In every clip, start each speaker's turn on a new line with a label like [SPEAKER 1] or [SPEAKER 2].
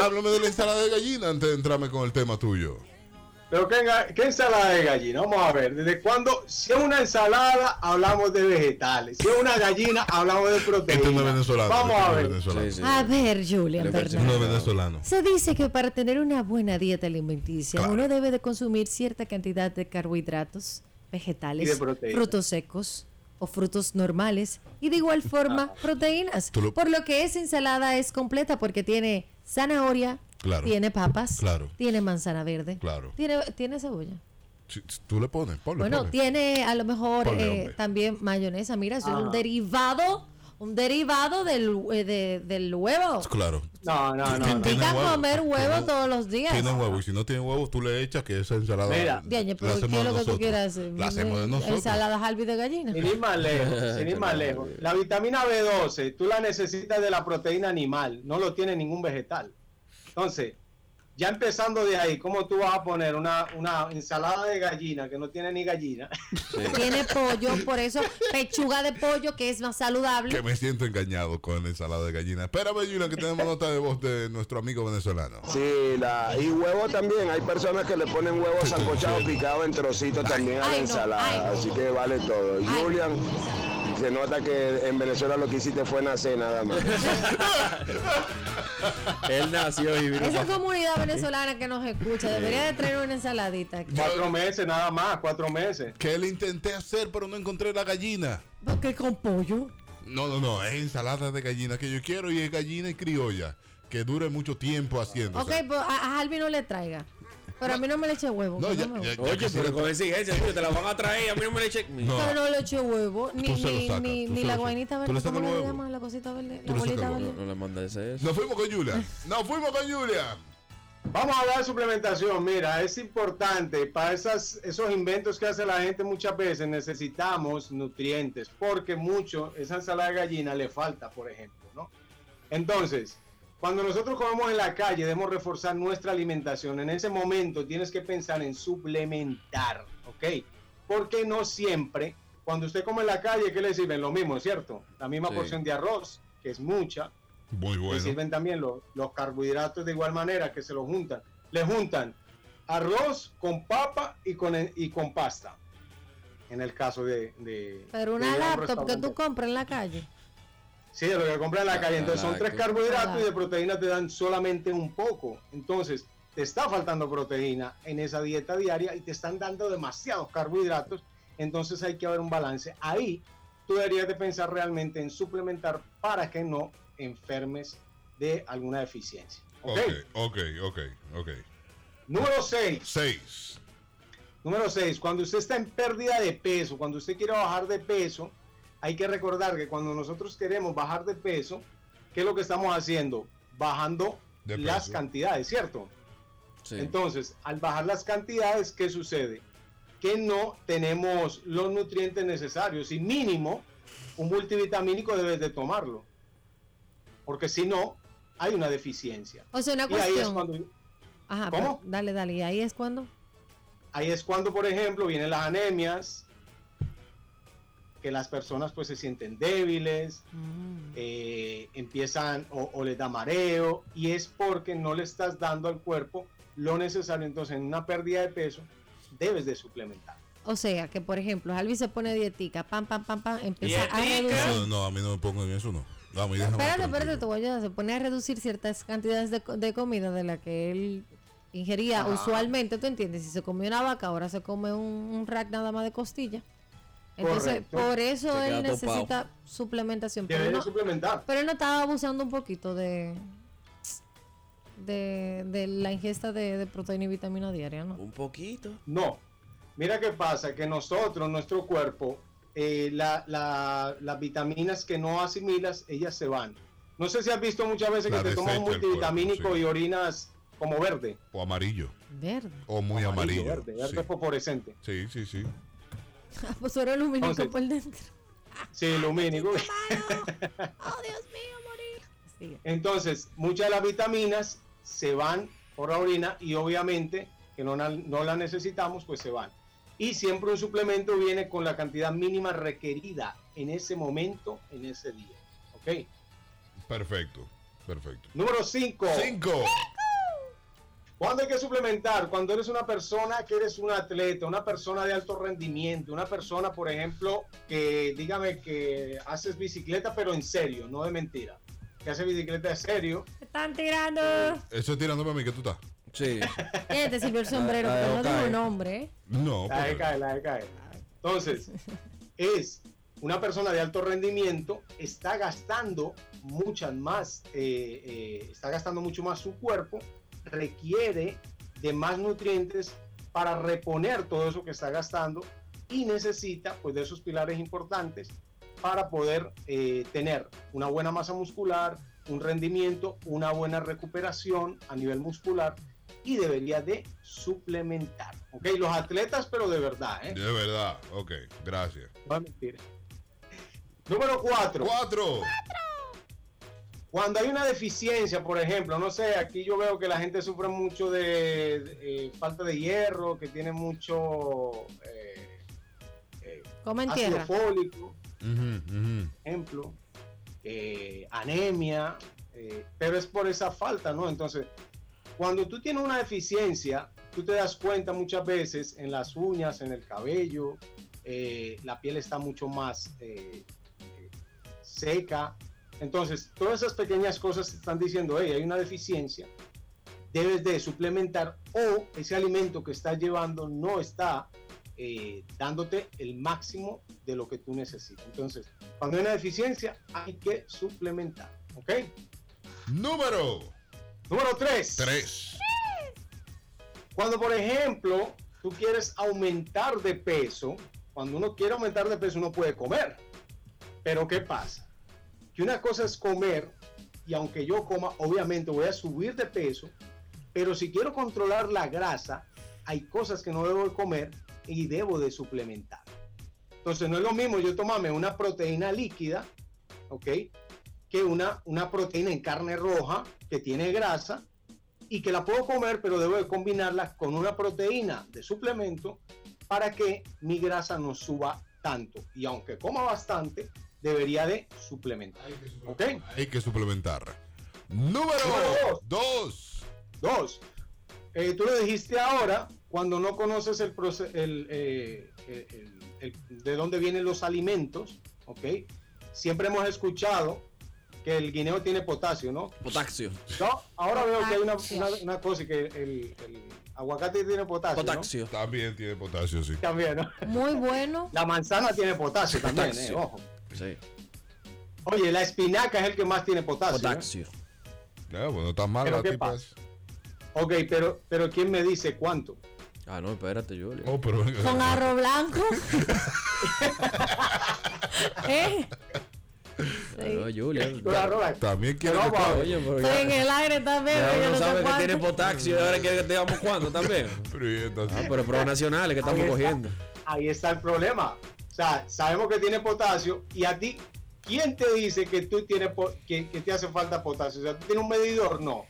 [SPEAKER 1] háblame de la ensalada de gallina antes de entrarme con el tema tuyo.
[SPEAKER 2] Pero ¿qué, qué ensalada de gallina? Vamos a ver, ¿desde cuándo? Si es una ensalada, hablamos de vegetales. Si es una gallina, hablamos de proteínas.
[SPEAKER 1] Este no es venezolano. este
[SPEAKER 2] Vamos a
[SPEAKER 1] no es
[SPEAKER 2] ver.
[SPEAKER 1] venezolano.
[SPEAKER 3] Sí, sí.
[SPEAKER 4] A ver, Julian,
[SPEAKER 3] Pero que
[SPEAKER 4] perdón.
[SPEAKER 1] No es venezolano.
[SPEAKER 4] Se dice que para tener una buena dieta alimenticia
[SPEAKER 1] Claro.
[SPEAKER 4] uno debe de consumir cierta cantidad de
[SPEAKER 2] Y
[SPEAKER 4] carbohidratos,
[SPEAKER 2] de
[SPEAKER 4] vegetales,
[SPEAKER 2] proteínas.
[SPEAKER 4] frutos secos o frutos normales y de igual
[SPEAKER 2] Ah.
[SPEAKER 4] forma proteínas.
[SPEAKER 1] Tú lo-
[SPEAKER 4] Por lo que esa ensalada es completa porque tiene zanahoria,
[SPEAKER 1] Claro.
[SPEAKER 4] tiene papas,
[SPEAKER 1] Claro.
[SPEAKER 4] tiene manzana verde,
[SPEAKER 1] Claro.
[SPEAKER 4] tiene, tiene cebolla.
[SPEAKER 1] Si- si Tú le pones, ponle,
[SPEAKER 4] bueno,
[SPEAKER 1] ponle.
[SPEAKER 4] tiene a lo mejor
[SPEAKER 1] Ponle,
[SPEAKER 4] eh,
[SPEAKER 1] hombre.
[SPEAKER 4] también mayonesa. Mira, eso es un
[SPEAKER 2] Ajá.
[SPEAKER 4] derivado, un derivado del, eh, de- del huevo.
[SPEAKER 1] Claro.
[SPEAKER 2] No, no, no.
[SPEAKER 1] Tiene
[SPEAKER 2] no.
[SPEAKER 1] huevo.
[SPEAKER 4] Indica comer huevo
[SPEAKER 1] Tiene-
[SPEAKER 4] todos los días.
[SPEAKER 1] Tiene huevo. Y si no tiene huevo, tú le echas que esa ensalada.
[SPEAKER 2] Mira.
[SPEAKER 1] la
[SPEAKER 4] Bien, pero ¿qué es
[SPEAKER 1] hacemos
[SPEAKER 4] lo que tú
[SPEAKER 1] nosotros.
[SPEAKER 4] quieras hacer?
[SPEAKER 1] La hacemos de nosotros.
[SPEAKER 4] Ensalada halvi de gallina.
[SPEAKER 2] Sin ir más lejos, sin ir más lejos. La vitamina B12, tú la necesitas de la proteína animal, no lo tiene ningún vegetal. Entonces, ya empezando de ahí, ¿cómo tú vas a poner una, una ensalada de gallina que no tiene ni gallina?
[SPEAKER 4] Tiene pollo, por eso pechuga de pollo que es más
[SPEAKER 1] Que
[SPEAKER 4] saludable.
[SPEAKER 1] me siento engañado con la ensalada de gallina. Espérame, Julian, que tenemos nota de voz de nuestro amigo venezolano.
[SPEAKER 5] Sí, la, y huevo también. Hay personas que le ponen huevo sancochado picado en trocitos también a
[SPEAKER 4] Ay,
[SPEAKER 5] la
[SPEAKER 4] no, ay, no.
[SPEAKER 5] ensalada. Así que vale todo. Julian, se nota que en Venezuela lo que hiciste fue nacer nada más.
[SPEAKER 3] Él nació y vino.
[SPEAKER 4] Esa
[SPEAKER 3] pa-
[SPEAKER 4] comunidad venezolana que nos escucha debería de traer una ensaladita. aquí.
[SPEAKER 2] Cuatro meses nada más, cuatro meses.
[SPEAKER 1] Que le intenté hacer, pero no encontré la gallina.
[SPEAKER 4] ¿Por qué con pollo?
[SPEAKER 1] No, no, no. Es ensalada de gallina que yo quiero y es gallina y criolla. Que dure mucho tiempo haciendo.
[SPEAKER 4] Ok, pues a, a Albi no le traiga. Pero a mí no me le eche huevo.
[SPEAKER 1] No,
[SPEAKER 4] que
[SPEAKER 1] ya,
[SPEAKER 4] no me
[SPEAKER 1] ya-
[SPEAKER 4] gusta.
[SPEAKER 1] ya
[SPEAKER 3] Oye,
[SPEAKER 1] quisiera-
[SPEAKER 3] pero con exigencia, tío, te la van a traer. A mí no me le eche.
[SPEAKER 1] No.
[SPEAKER 4] Pero no le eche huevo, ni,
[SPEAKER 1] Tú se lo
[SPEAKER 4] ni,
[SPEAKER 1] sacas,
[SPEAKER 4] ni,
[SPEAKER 1] tú
[SPEAKER 4] ni
[SPEAKER 1] se
[SPEAKER 4] la
[SPEAKER 1] lo
[SPEAKER 4] guainita
[SPEAKER 1] sacas.
[SPEAKER 4] verde.
[SPEAKER 1] Tú le sacas
[SPEAKER 4] ¿Cómo le
[SPEAKER 1] huevo.
[SPEAKER 4] llaman? La cosita verde.
[SPEAKER 1] Tú
[SPEAKER 4] La
[SPEAKER 1] le sacas
[SPEAKER 4] bolita
[SPEAKER 1] huevo.
[SPEAKER 4] verde.
[SPEAKER 3] No le manda ese. eso.
[SPEAKER 1] Nos fuimos con Julia. Nos fuimos con Julia.
[SPEAKER 2] Vamos a hablar de suplementación. Mira, es importante para esas, esos inventos que hace la gente muchas veces necesitamos nutrientes porque mucho esa ensalada de gallina le falta, por ejemplo, ¿no? Entonces, cuando nosotros comemos en la calle debemos reforzar nuestra alimentación. En ese momento tienes que pensar en suplementar, ¿ok? Porque no siempre, cuando usted come en la calle, ¿qué le sirven? Lo mismo, ¿cierto? La misma
[SPEAKER 3] Sí.
[SPEAKER 2] porción de arroz, que es mucha,
[SPEAKER 1] Muy
[SPEAKER 2] le
[SPEAKER 1] bueno.
[SPEAKER 2] sirven también los, los carbohidratos de igual manera que se los juntan. Le juntan arroz con papa y con, y con pasta. En el caso de. de-
[SPEAKER 4] Pero
[SPEAKER 2] de
[SPEAKER 4] una
[SPEAKER 2] un
[SPEAKER 4] laptop que
[SPEAKER 2] restaurante.
[SPEAKER 4] tú compras en la calle.
[SPEAKER 2] Sí, de lo que compras en la calle. Entonces son tres
[SPEAKER 3] Caraca.
[SPEAKER 2] carbohidratos y de
[SPEAKER 4] Caraca.
[SPEAKER 2] proteína te dan solamente un poco. Entonces te está faltando proteína en esa dieta diaria y te están dando demasiados carbohidratos. Entonces hay que haber un balance. Ahí tú deberías de pensar realmente en suplementar para que no enfermes de alguna deficiencia. ¿Ok?
[SPEAKER 1] Ok, ok, ok, ok.
[SPEAKER 2] Número 6.
[SPEAKER 1] Seis.
[SPEAKER 2] Número 6. Cuando usted está en pérdida de peso, cuando usted quiere bajar de peso, hay que recordar que cuando nosotros queremos bajar de peso, ¿qué es lo que estamos haciendo? Bajando
[SPEAKER 1] De
[SPEAKER 2] las
[SPEAKER 1] peso.
[SPEAKER 2] cantidades, ¿cierto?
[SPEAKER 3] Sí.
[SPEAKER 2] Entonces, al bajar las cantidades, ¿qué sucede? Que no tenemos los nutrientes necesarios y mínimo un multivitamínico debes de tomarlo. Porque si no, hay una deficiencia.
[SPEAKER 4] O sea, una
[SPEAKER 2] Y ahí es
[SPEAKER 4] cuestión.
[SPEAKER 2] cuando
[SPEAKER 4] Ajá,
[SPEAKER 2] ¿Cómo?
[SPEAKER 4] pero- dale, dale. ¿Y ahí es cuando?
[SPEAKER 2] Ahí es cuando, por ejemplo, vienen las anemias, que las personas pues se sienten débiles,
[SPEAKER 4] Mm.
[SPEAKER 2] eh, empiezan o, o les da mareo, y es porque no le estás dando al cuerpo lo necesario. Entonces, en una pérdida de peso, debes de suplementar.
[SPEAKER 4] O sea, que por ejemplo, Albi se pone dietica, pam, pam, pam, pam, empieza a
[SPEAKER 3] Dietica.
[SPEAKER 1] No,
[SPEAKER 4] reducir.
[SPEAKER 1] no, a mí no me pongo en eso, no. Vamos, y déjame
[SPEAKER 4] Espérate,
[SPEAKER 1] tranquilo.
[SPEAKER 4] espérate, te voy a ayudar. Se pone a reducir ciertas cantidades de, co- de comida de la que él ingería
[SPEAKER 2] Ajá.
[SPEAKER 4] usualmente, ¿tú entiendes? Si se comió una vaca, ahora se come un, un rack nada más de costilla. Entonces,
[SPEAKER 2] Correcto.
[SPEAKER 4] por eso
[SPEAKER 3] Se queda
[SPEAKER 4] él
[SPEAKER 3] topado.
[SPEAKER 4] necesita suplementación. Pero
[SPEAKER 2] Debes
[SPEAKER 4] él,
[SPEAKER 2] de
[SPEAKER 4] no,
[SPEAKER 2] suplementar.
[SPEAKER 4] pero él no estaba abusando un poquito de de, de la ingesta de, de proteína y vitamina diaria, ¿no?
[SPEAKER 3] Un poquito.
[SPEAKER 2] No. Mira qué pasa, que nosotros, nuestro cuerpo, eh, la- la- las vitaminas que no asimilas, ellas se van. No sé si has visto muchas veces
[SPEAKER 1] La
[SPEAKER 2] que te tomas un
[SPEAKER 1] desecha el
[SPEAKER 2] multivitamínico
[SPEAKER 1] cuerpo, sí.
[SPEAKER 2] y orinas como verde.
[SPEAKER 1] O amarillo.
[SPEAKER 4] Verde.
[SPEAKER 1] O muy amarillo.
[SPEAKER 2] verde, verde fosforescente.
[SPEAKER 1] sí. sí, sí, sí.
[SPEAKER 4] Ah, pues era luminoso
[SPEAKER 2] Entonces-
[SPEAKER 4] por dentro.
[SPEAKER 2] Sí, lumínico.
[SPEAKER 4] Ah, Oh, Dios mío, morir. Sigue.
[SPEAKER 2] Entonces, muchas de las vitaminas se van por la orina y obviamente que no, na- no las necesitamos, pues se van. Y siempre un suplemento viene con la cantidad mínima requerida en ese momento, en ese día. ¿Ok?
[SPEAKER 1] Perfecto. Perfecto.
[SPEAKER 2] Número 5.
[SPEAKER 1] Cinco.
[SPEAKER 2] ¿Cuándo hay que suplementar? Cuando eres una persona que eres un atleta, una persona de alto rendimiento, una persona, por ejemplo, que dígame que haces bicicleta, pero en serio, no de mentira. Que hace bicicleta en serio.
[SPEAKER 4] Me Están tirando.
[SPEAKER 1] Eso es tirando para mí que tú estás.
[SPEAKER 3] Sí.
[SPEAKER 4] Este te sirvió el sombrero,
[SPEAKER 3] Ah,
[SPEAKER 4] pero no
[SPEAKER 3] ok.
[SPEAKER 4] digo nombre, ¿eh?
[SPEAKER 1] No,
[SPEAKER 2] La de
[SPEAKER 1] porque-
[SPEAKER 2] cae, la de cae. Entonces, es una persona de alto rendimiento, está gastando muchas más, eh, eh, está gastando mucho más su cuerpo, requiere de más nutrientes para reponer todo eso que está gastando y necesita pues de esos pilares importantes para poder eh, tener una buena masa muscular, un rendimiento, una buena recuperación a nivel muscular y debería de suplementar. Ok, los atletas, pero de verdad, ¿eh?
[SPEAKER 1] de verdad. Ok, gracias.
[SPEAKER 2] No es mentira. Número cuatro.
[SPEAKER 1] Cuatro.
[SPEAKER 2] Cuando hay una deficiencia, por ejemplo, no sé, aquí yo veo que la gente sufre mucho de, de, eh, falta de hierro, que tiene mucho eh, eh,
[SPEAKER 4] Comen
[SPEAKER 2] ácido
[SPEAKER 4] tierra.
[SPEAKER 2] fólico,
[SPEAKER 1] Ujú, ujú.
[SPEAKER 2] ejemplo, eh, anemia, eh, pero es por esa falta, ¿no? Entonces, cuando tú tienes una deficiencia, tú te das cuenta muchas veces en las uñas, en el cabello, eh, la piel está mucho más eh, eh, seca. Entonces, todas esas pequeñas cosas te están diciendo, hey, hay una deficiencia, debes de suplementar o ese alimento que estás llevando no está eh, dándote el máximo de lo que tú necesitas. Entonces, cuando hay una deficiencia, hay que suplementar. ¿Ok?
[SPEAKER 1] Número
[SPEAKER 2] Número 3.
[SPEAKER 1] tres.
[SPEAKER 2] Cuando, por ejemplo, tú quieres aumentar de peso, cuando uno quiere aumentar de peso, uno puede comer. Pero, ¿qué pasa? Que una cosa es comer, y aunque yo coma, obviamente voy a subir de peso, pero si quiero controlar la grasa, hay cosas que no debo de comer y debo de suplementar. Entonces, no es lo mismo yo tomarme una proteína líquida, ¿ok? Que una, una proteína en carne roja que tiene grasa y que la puedo comer, pero debo de combinarla con una proteína de suplemento para que mi grasa no suba tanto. Y aunque coma bastante, debería de suplementar. ¿Ok?
[SPEAKER 1] Hay que suplementar. Número
[SPEAKER 2] Número
[SPEAKER 1] dos.
[SPEAKER 2] Dos, eh, tú lo dijiste ahora, cuando no conoces el, proce- el, eh, el- el- el- de dónde vienen los alimentos, ¿ok? Siempre hemos escuchado que el guineo tiene potasio, ¿no?
[SPEAKER 3] Potaxio.
[SPEAKER 2] No, ahora veo que hay una,
[SPEAKER 4] Potasio.
[SPEAKER 2] una, una cosa que el, el aguacate tiene potasio. ¿no?
[SPEAKER 3] Potaxio.
[SPEAKER 1] También tiene potasio, sí.
[SPEAKER 2] También, ¿no?
[SPEAKER 4] Muy bueno.
[SPEAKER 2] La manzana tiene potasio también, eh,
[SPEAKER 3] Potasio.
[SPEAKER 2] ojo.
[SPEAKER 3] Sí.
[SPEAKER 2] Oye, la espinaca es el que más tiene potasio. ¿eh?
[SPEAKER 3] Potaxio.
[SPEAKER 1] No, Ah, bueno, estás mal
[SPEAKER 2] Pero
[SPEAKER 1] la
[SPEAKER 2] ¿qué
[SPEAKER 1] tipa.
[SPEAKER 2] pasa? Ok, pero, pero ¿quién me dice cuánto?
[SPEAKER 3] Ah, no, espérate, Julio.
[SPEAKER 1] Oh, pero venga.
[SPEAKER 4] Con arroz blanco. ¿Eh?
[SPEAKER 3] No,
[SPEAKER 4] Sí.
[SPEAKER 3] Julio.
[SPEAKER 2] Con arroz.
[SPEAKER 1] También quiero
[SPEAKER 2] Pero
[SPEAKER 1] que
[SPEAKER 2] vamos a
[SPEAKER 1] pague.
[SPEAKER 3] Oye, pero
[SPEAKER 4] Estoy en
[SPEAKER 3] ya.
[SPEAKER 4] el aire también.
[SPEAKER 3] Ya
[SPEAKER 4] pero yo
[SPEAKER 3] uno
[SPEAKER 4] no sé
[SPEAKER 3] sabe que
[SPEAKER 4] cuánto.
[SPEAKER 3] tiene potaxio y ahora quiere que te digamos cuándo también.
[SPEAKER 1] Pero y entonces-
[SPEAKER 3] Ah, pero pruebas nacionales que estamos
[SPEAKER 2] Ahí está.
[SPEAKER 3] cogiendo.
[SPEAKER 2] ahí está el problema. O sea, sabemos que tiene potasio y a ti, ¿quién te dice que tú tienes po- que, que te hace falta potasio? O sea, ¿tú tienes un medidor? No.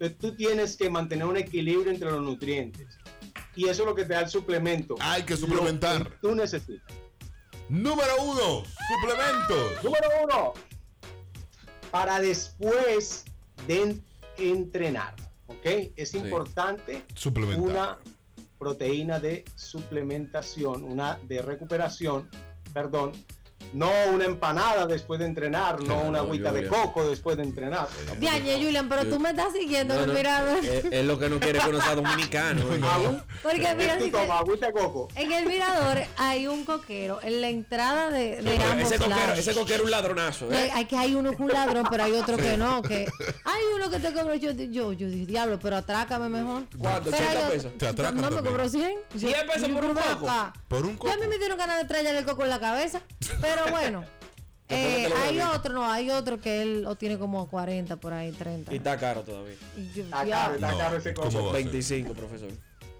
[SPEAKER 2] Entonces tú tienes que mantener un equilibrio entre los nutrientes. Y eso es lo que te da el suplemento.
[SPEAKER 1] Hay que
[SPEAKER 2] Lo
[SPEAKER 1] suplementar.
[SPEAKER 2] Tú necesitas.
[SPEAKER 1] Número uno. Suplementos.
[SPEAKER 2] Número uno, para después de en- entrenar, ¿ok? Es importante
[SPEAKER 1] Suplementar.
[SPEAKER 2] una proteína de suplementación, una de recuperación, perdón, no una empanada después de entrenar, no
[SPEAKER 3] Claro,
[SPEAKER 2] una agüita de
[SPEAKER 3] Julia.
[SPEAKER 2] coco después de entrenar.
[SPEAKER 4] Diañe, Julian, pero tú me estás siguiendo,
[SPEAKER 3] No, no,
[SPEAKER 4] mira.
[SPEAKER 3] es, es lo que no quiere conocer a dominicano.
[SPEAKER 2] Agu-
[SPEAKER 4] Porque mira,
[SPEAKER 2] tú
[SPEAKER 4] si te-
[SPEAKER 2] tomas agüita de coco.
[SPEAKER 4] en el mirador hay un coquero en la entrada de, de
[SPEAKER 3] Pero
[SPEAKER 4] ambos
[SPEAKER 3] ese, coquero,
[SPEAKER 4] lados.
[SPEAKER 3] ese coquero es un ladronazo.
[SPEAKER 4] No,
[SPEAKER 3] ¿eh?
[SPEAKER 4] hay que hay uno que un ladrón, pero hay otro que no. Que hay uno que te cobra. Yo, yo, yo dije, diablo, pero atrácame mejor.
[SPEAKER 3] ¿Cuánto?
[SPEAKER 4] Pero hay
[SPEAKER 3] 80
[SPEAKER 4] otro-
[SPEAKER 3] pesos.
[SPEAKER 1] Te atracan
[SPEAKER 4] No, me
[SPEAKER 1] también.
[SPEAKER 4] cobró 100.
[SPEAKER 3] 100 pesos
[SPEAKER 4] Yo
[SPEAKER 3] por un
[SPEAKER 4] creo,
[SPEAKER 3] coco.
[SPEAKER 4] papá,
[SPEAKER 1] Por un
[SPEAKER 4] Ya a mí
[SPEAKER 1] coco.
[SPEAKER 4] me dieron ganas de traerle el coco en la cabeza. Pero bueno.
[SPEAKER 3] Después que
[SPEAKER 4] eh,
[SPEAKER 3] te lo
[SPEAKER 4] hay
[SPEAKER 3] bebí.
[SPEAKER 4] otro, no, hay otro que él lo tiene como 40 por ahí, 30.
[SPEAKER 3] Y Ah, está caro todavía.
[SPEAKER 4] Y yo,
[SPEAKER 2] Está
[SPEAKER 4] diablo,
[SPEAKER 2] caro, está
[SPEAKER 1] No,
[SPEAKER 2] caro ese
[SPEAKER 1] ¿cómo
[SPEAKER 2] coco.
[SPEAKER 1] va?
[SPEAKER 3] 25, profesor.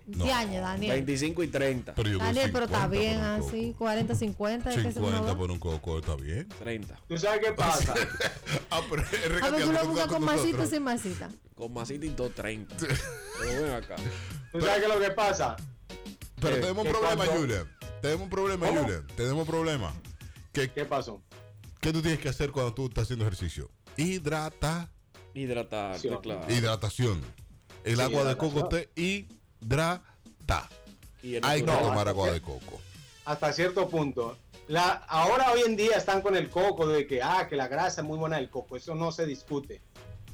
[SPEAKER 4] diañe, Daniel.
[SPEAKER 3] 25 y 30.
[SPEAKER 1] Pero yo doy
[SPEAKER 4] Daniel, pero está
[SPEAKER 1] 50 por
[SPEAKER 4] bien
[SPEAKER 1] un
[SPEAKER 4] así,
[SPEAKER 1] coco.
[SPEAKER 4] 40, 50. es que se me
[SPEAKER 1] 50
[SPEAKER 4] va.
[SPEAKER 1] por un coco, está bien.
[SPEAKER 3] 30.
[SPEAKER 2] ¿Tú sabes qué pasa?
[SPEAKER 1] ah, pero es
[SPEAKER 4] A ver, tú
[SPEAKER 1] regateando
[SPEAKER 4] lo buscas con masita y
[SPEAKER 1] nosotros.
[SPEAKER 4] sin masita.
[SPEAKER 3] Con masita y 230. Pero ven acá.
[SPEAKER 2] ¿Tú sabes qué es lo que pasa?
[SPEAKER 1] Pero
[SPEAKER 2] Eh,
[SPEAKER 1] tenemos un
[SPEAKER 2] que
[SPEAKER 1] problema,
[SPEAKER 2] cuando-
[SPEAKER 1] Julian. Tenemos un problema,
[SPEAKER 2] ¿Cómo?
[SPEAKER 1] Julian. Tenemos un problema. ¿Qué,
[SPEAKER 2] ¿Qué pasó?
[SPEAKER 1] ¿Qué tú tienes que hacer cuando tú estás haciendo ejercicio? Hidrata.
[SPEAKER 3] Hidratar,
[SPEAKER 2] Sí,
[SPEAKER 3] claro.
[SPEAKER 1] Hidratación. El
[SPEAKER 2] Sí,
[SPEAKER 1] agua de
[SPEAKER 2] hidratación.
[SPEAKER 1] coco te hidrata.
[SPEAKER 3] Y el
[SPEAKER 1] Hay que
[SPEAKER 3] natural.
[SPEAKER 1] tomar
[SPEAKER 2] ¿eh?
[SPEAKER 1] agua de coco.
[SPEAKER 2] hasta cierto punto. La, ahora hoy en día están con el coco de que, ah, que la grasa es muy buena del coco, eso no se discute.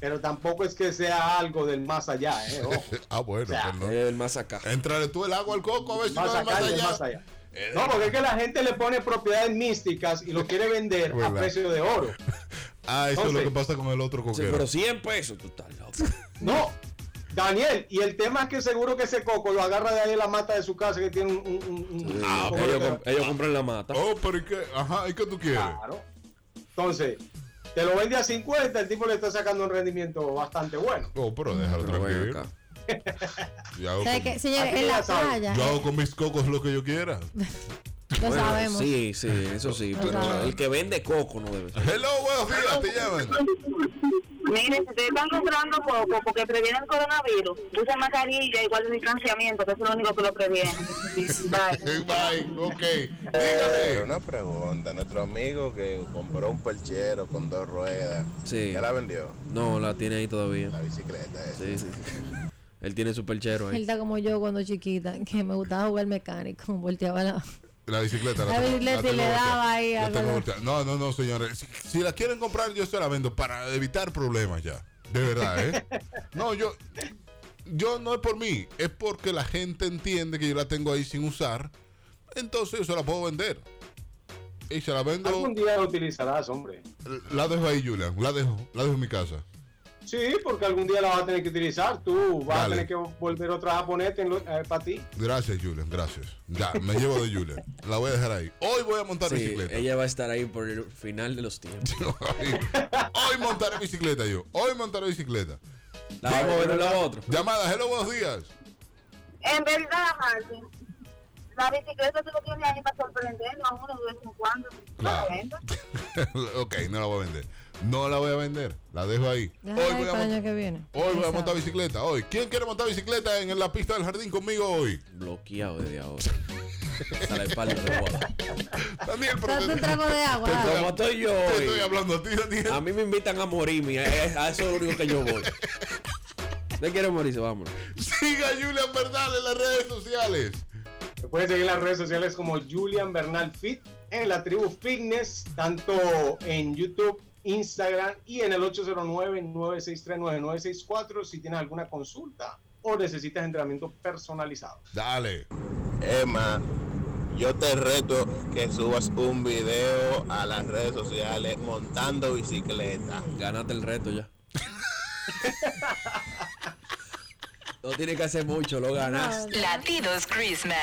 [SPEAKER 2] Pero tampoco es que sea algo del más allá, ¿eh? Ojo.
[SPEAKER 1] Ah, bueno,
[SPEAKER 2] O sea, eh.
[SPEAKER 1] perdón.
[SPEAKER 3] El más acá.
[SPEAKER 1] Entrale tú el agua al coco a ver si no
[SPEAKER 2] Más
[SPEAKER 1] hay
[SPEAKER 2] acá
[SPEAKER 1] más
[SPEAKER 2] y del
[SPEAKER 1] allá. Eh,
[SPEAKER 2] más allá. No, porque es que la gente le pone propiedades místicas y lo quiere vender a
[SPEAKER 1] Verdad.
[SPEAKER 2] precio de oro.
[SPEAKER 1] Ah, eso es lo
[SPEAKER 2] Entonces-
[SPEAKER 1] que pasa con el otro
[SPEAKER 3] Sí,
[SPEAKER 1] coquero.
[SPEAKER 3] pero 100 pesos, tú estás loco.
[SPEAKER 2] No, Daniel, y el tema es que seguro que ese coco lo agarra de ahí de la mata de su casa que tiene un... un- un- un-
[SPEAKER 1] Ah,
[SPEAKER 2] un-
[SPEAKER 3] ellos, comp- ellos compran la mata.
[SPEAKER 1] Oh, pero ¿y qué? Ajá, ¿y qué tú quieres?
[SPEAKER 2] Claro. Entonces, te lo vende a 50, el tipo le está sacando un rendimiento bastante bueno.
[SPEAKER 1] Oh, pero déjalo
[SPEAKER 3] Pero ven
[SPEAKER 1] tranquilo.
[SPEAKER 3] acá.
[SPEAKER 1] Yo hago,
[SPEAKER 4] ¿Sabes
[SPEAKER 1] con,
[SPEAKER 4] qué, señores?
[SPEAKER 2] Aquí
[SPEAKER 4] En la
[SPEAKER 2] ya saben.
[SPEAKER 4] playa,
[SPEAKER 1] yo hago con mis cocos lo que yo quiera.
[SPEAKER 4] lo
[SPEAKER 3] Bueno,
[SPEAKER 4] sabemos.
[SPEAKER 3] Sí, sí, eso sí.
[SPEAKER 4] Lo
[SPEAKER 3] Pero
[SPEAKER 4] sabemos.
[SPEAKER 3] el que vende coco no debe ser.
[SPEAKER 1] Hello, buenos días, te llaman.
[SPEAKER 6] Miren, ustedes están comprando poco porque previenen el coronavirus. Usen mascarilla, igual de distanciamiento, que eso es lo único que lo previene. Bye.
[SPEAKER 1] Bye, ok. Dígale.
[SPEAKER 7] Una pregunta, nuestro amigo que compró un perchero con dos ruedas,
[SPEAKER 3] Sí.
[SPEAKER 7] ¿ya la vendió?
[SPEAKER 3] No, la tiene ahí todavía.
[SPEAKER 7] La bicicleta esa.
[SPEAKER 3] Sí, sí. Él tiene su perchero
[SPEAKER 4] Él
[SPEAKER 3] ahí.
[SPEAKER 4] está como yo cuando chiquita, que me gustaba jugar mecánico, volteaba la...
[SPEAKER 1] La bicicleta.
[SPEAKER 4] La
[SPEAKER 1] tengo-
[SPEAKER 4] bicicleta
[SPEAKER 1] tengo
[SPEAKER 4] le
[SPEAKER 1] volteada.
[SPEAKER 4] daba ahí
[SPEAKER 1] La
[SPEAKER 4] al
[SPEAKER 1] tengo
[SPEAKER 4] reloj.
[SPEAKER 1] volteada. No, no, no, señores. Si, si la quieren comprar, yo se la vendo para evitar problemas ya. De verdad, ¿eh? No, yo. Yo no es por mí, es porque la gente entiende que yo la tengo ahí sin usar. Entonces yo se la puedo vender. Y se la vendo.
[SPEAKER 2] Algún día lo utilizarás, hombre.
[SPEAKER 1] La dejo ahí, Julian. La dejo. La dejo en mi casa.
[SPEAKER 2] Sí, porque algún día la vas a tener que utilizar. Tú vas
[SPEAKER 1] Dale.
[SPEAKER 2] a tener que volver otra vez a ponerte en lo- eh, para ti.
[SPEAKER 1] Gracias, Julian. Gracias. Ya, me llevo de Julian. La voy a dejar ahí. Hoy voy a montar
[SPEAKER 3] Sí,
[SPEAKER 1] bicicleta.
[SPEAKER 3] ella va a estar ahí por el final de los tiempos.
[SPEAKER 1] Hoy montaré bicicleta yo. Hoy montaré bicicleta.
[SPEAKER 3] La vamos a ver la otra.
[SPEAKER 1] Llamada, hello, buenos días.
[SPEAKER 6] En verdad, Marvin, la bicicleta tú lo tienes ahí para sorprendernos a uno de vez en cuando.
[SPEAKER 1] Claro.
[SPEAKER 6] Bueno,
[SPEAKER 1] ok, no la voy a vender. No la voy a vender. La dejo ahí.
[SPEAKER 4] Ay,
[SPEAKER 1] hoy voy a,
[SPEAKER 4] para el año
[SPEAKER 1] montar-
[SPEAKER 4] que viene.
[SPEAKER 1] hoy voy a
[SPEAKER 4] Esa-
[SPEAKER 1] montar bicicleta. Hoy. ¿Quién quiere montar bicicleta en la pista del jardín conmigo hoy?
[SPEAKER 3] Bloqueado desde ahora. Hasta la espalda de Juan.
[SPEAKER 1] Daniel, pero
[SPEAKER 4] Date
[SPEAKER 1] te,
[SPEAKER 4] un trago de agua.
[SPEAKER 1] Te
[SPEAKER 4] dale.
[SPEAKER 3] Como estoy yo
[SPEAKER 1] te
[SPEAKER 3] hoy.
[SPEAKER 1] estoy hablando a ti, Daniel.
[SPEAKER 3] A mí me invitan a morirme. A eh, a eso es lo único que yo voy. ¿Usted quiere morirse? Vámonos.
[SPEAKER 1] Siga a Julian Bernal en las redes sociales.
[SPEAKER 2] Me pueden seguir en las redes sociales como Julian Bernal Fit en la tribu Fitness, tanto en YouTube, Instagram y en el 809-963-9964 si tienes alguna consulta o necesitas entrenamiento personalizado.
[SPEAKER 1] Dale.
[SPEAKER 7] Emma, yo te reto que subas un video a las redes sociales montando bicicleta.
[SPEAKER 3] Gánate el reto ya. No tiene que hacer mucho, lo ganaste.
[SPEAKER 6] Latidos Christmas.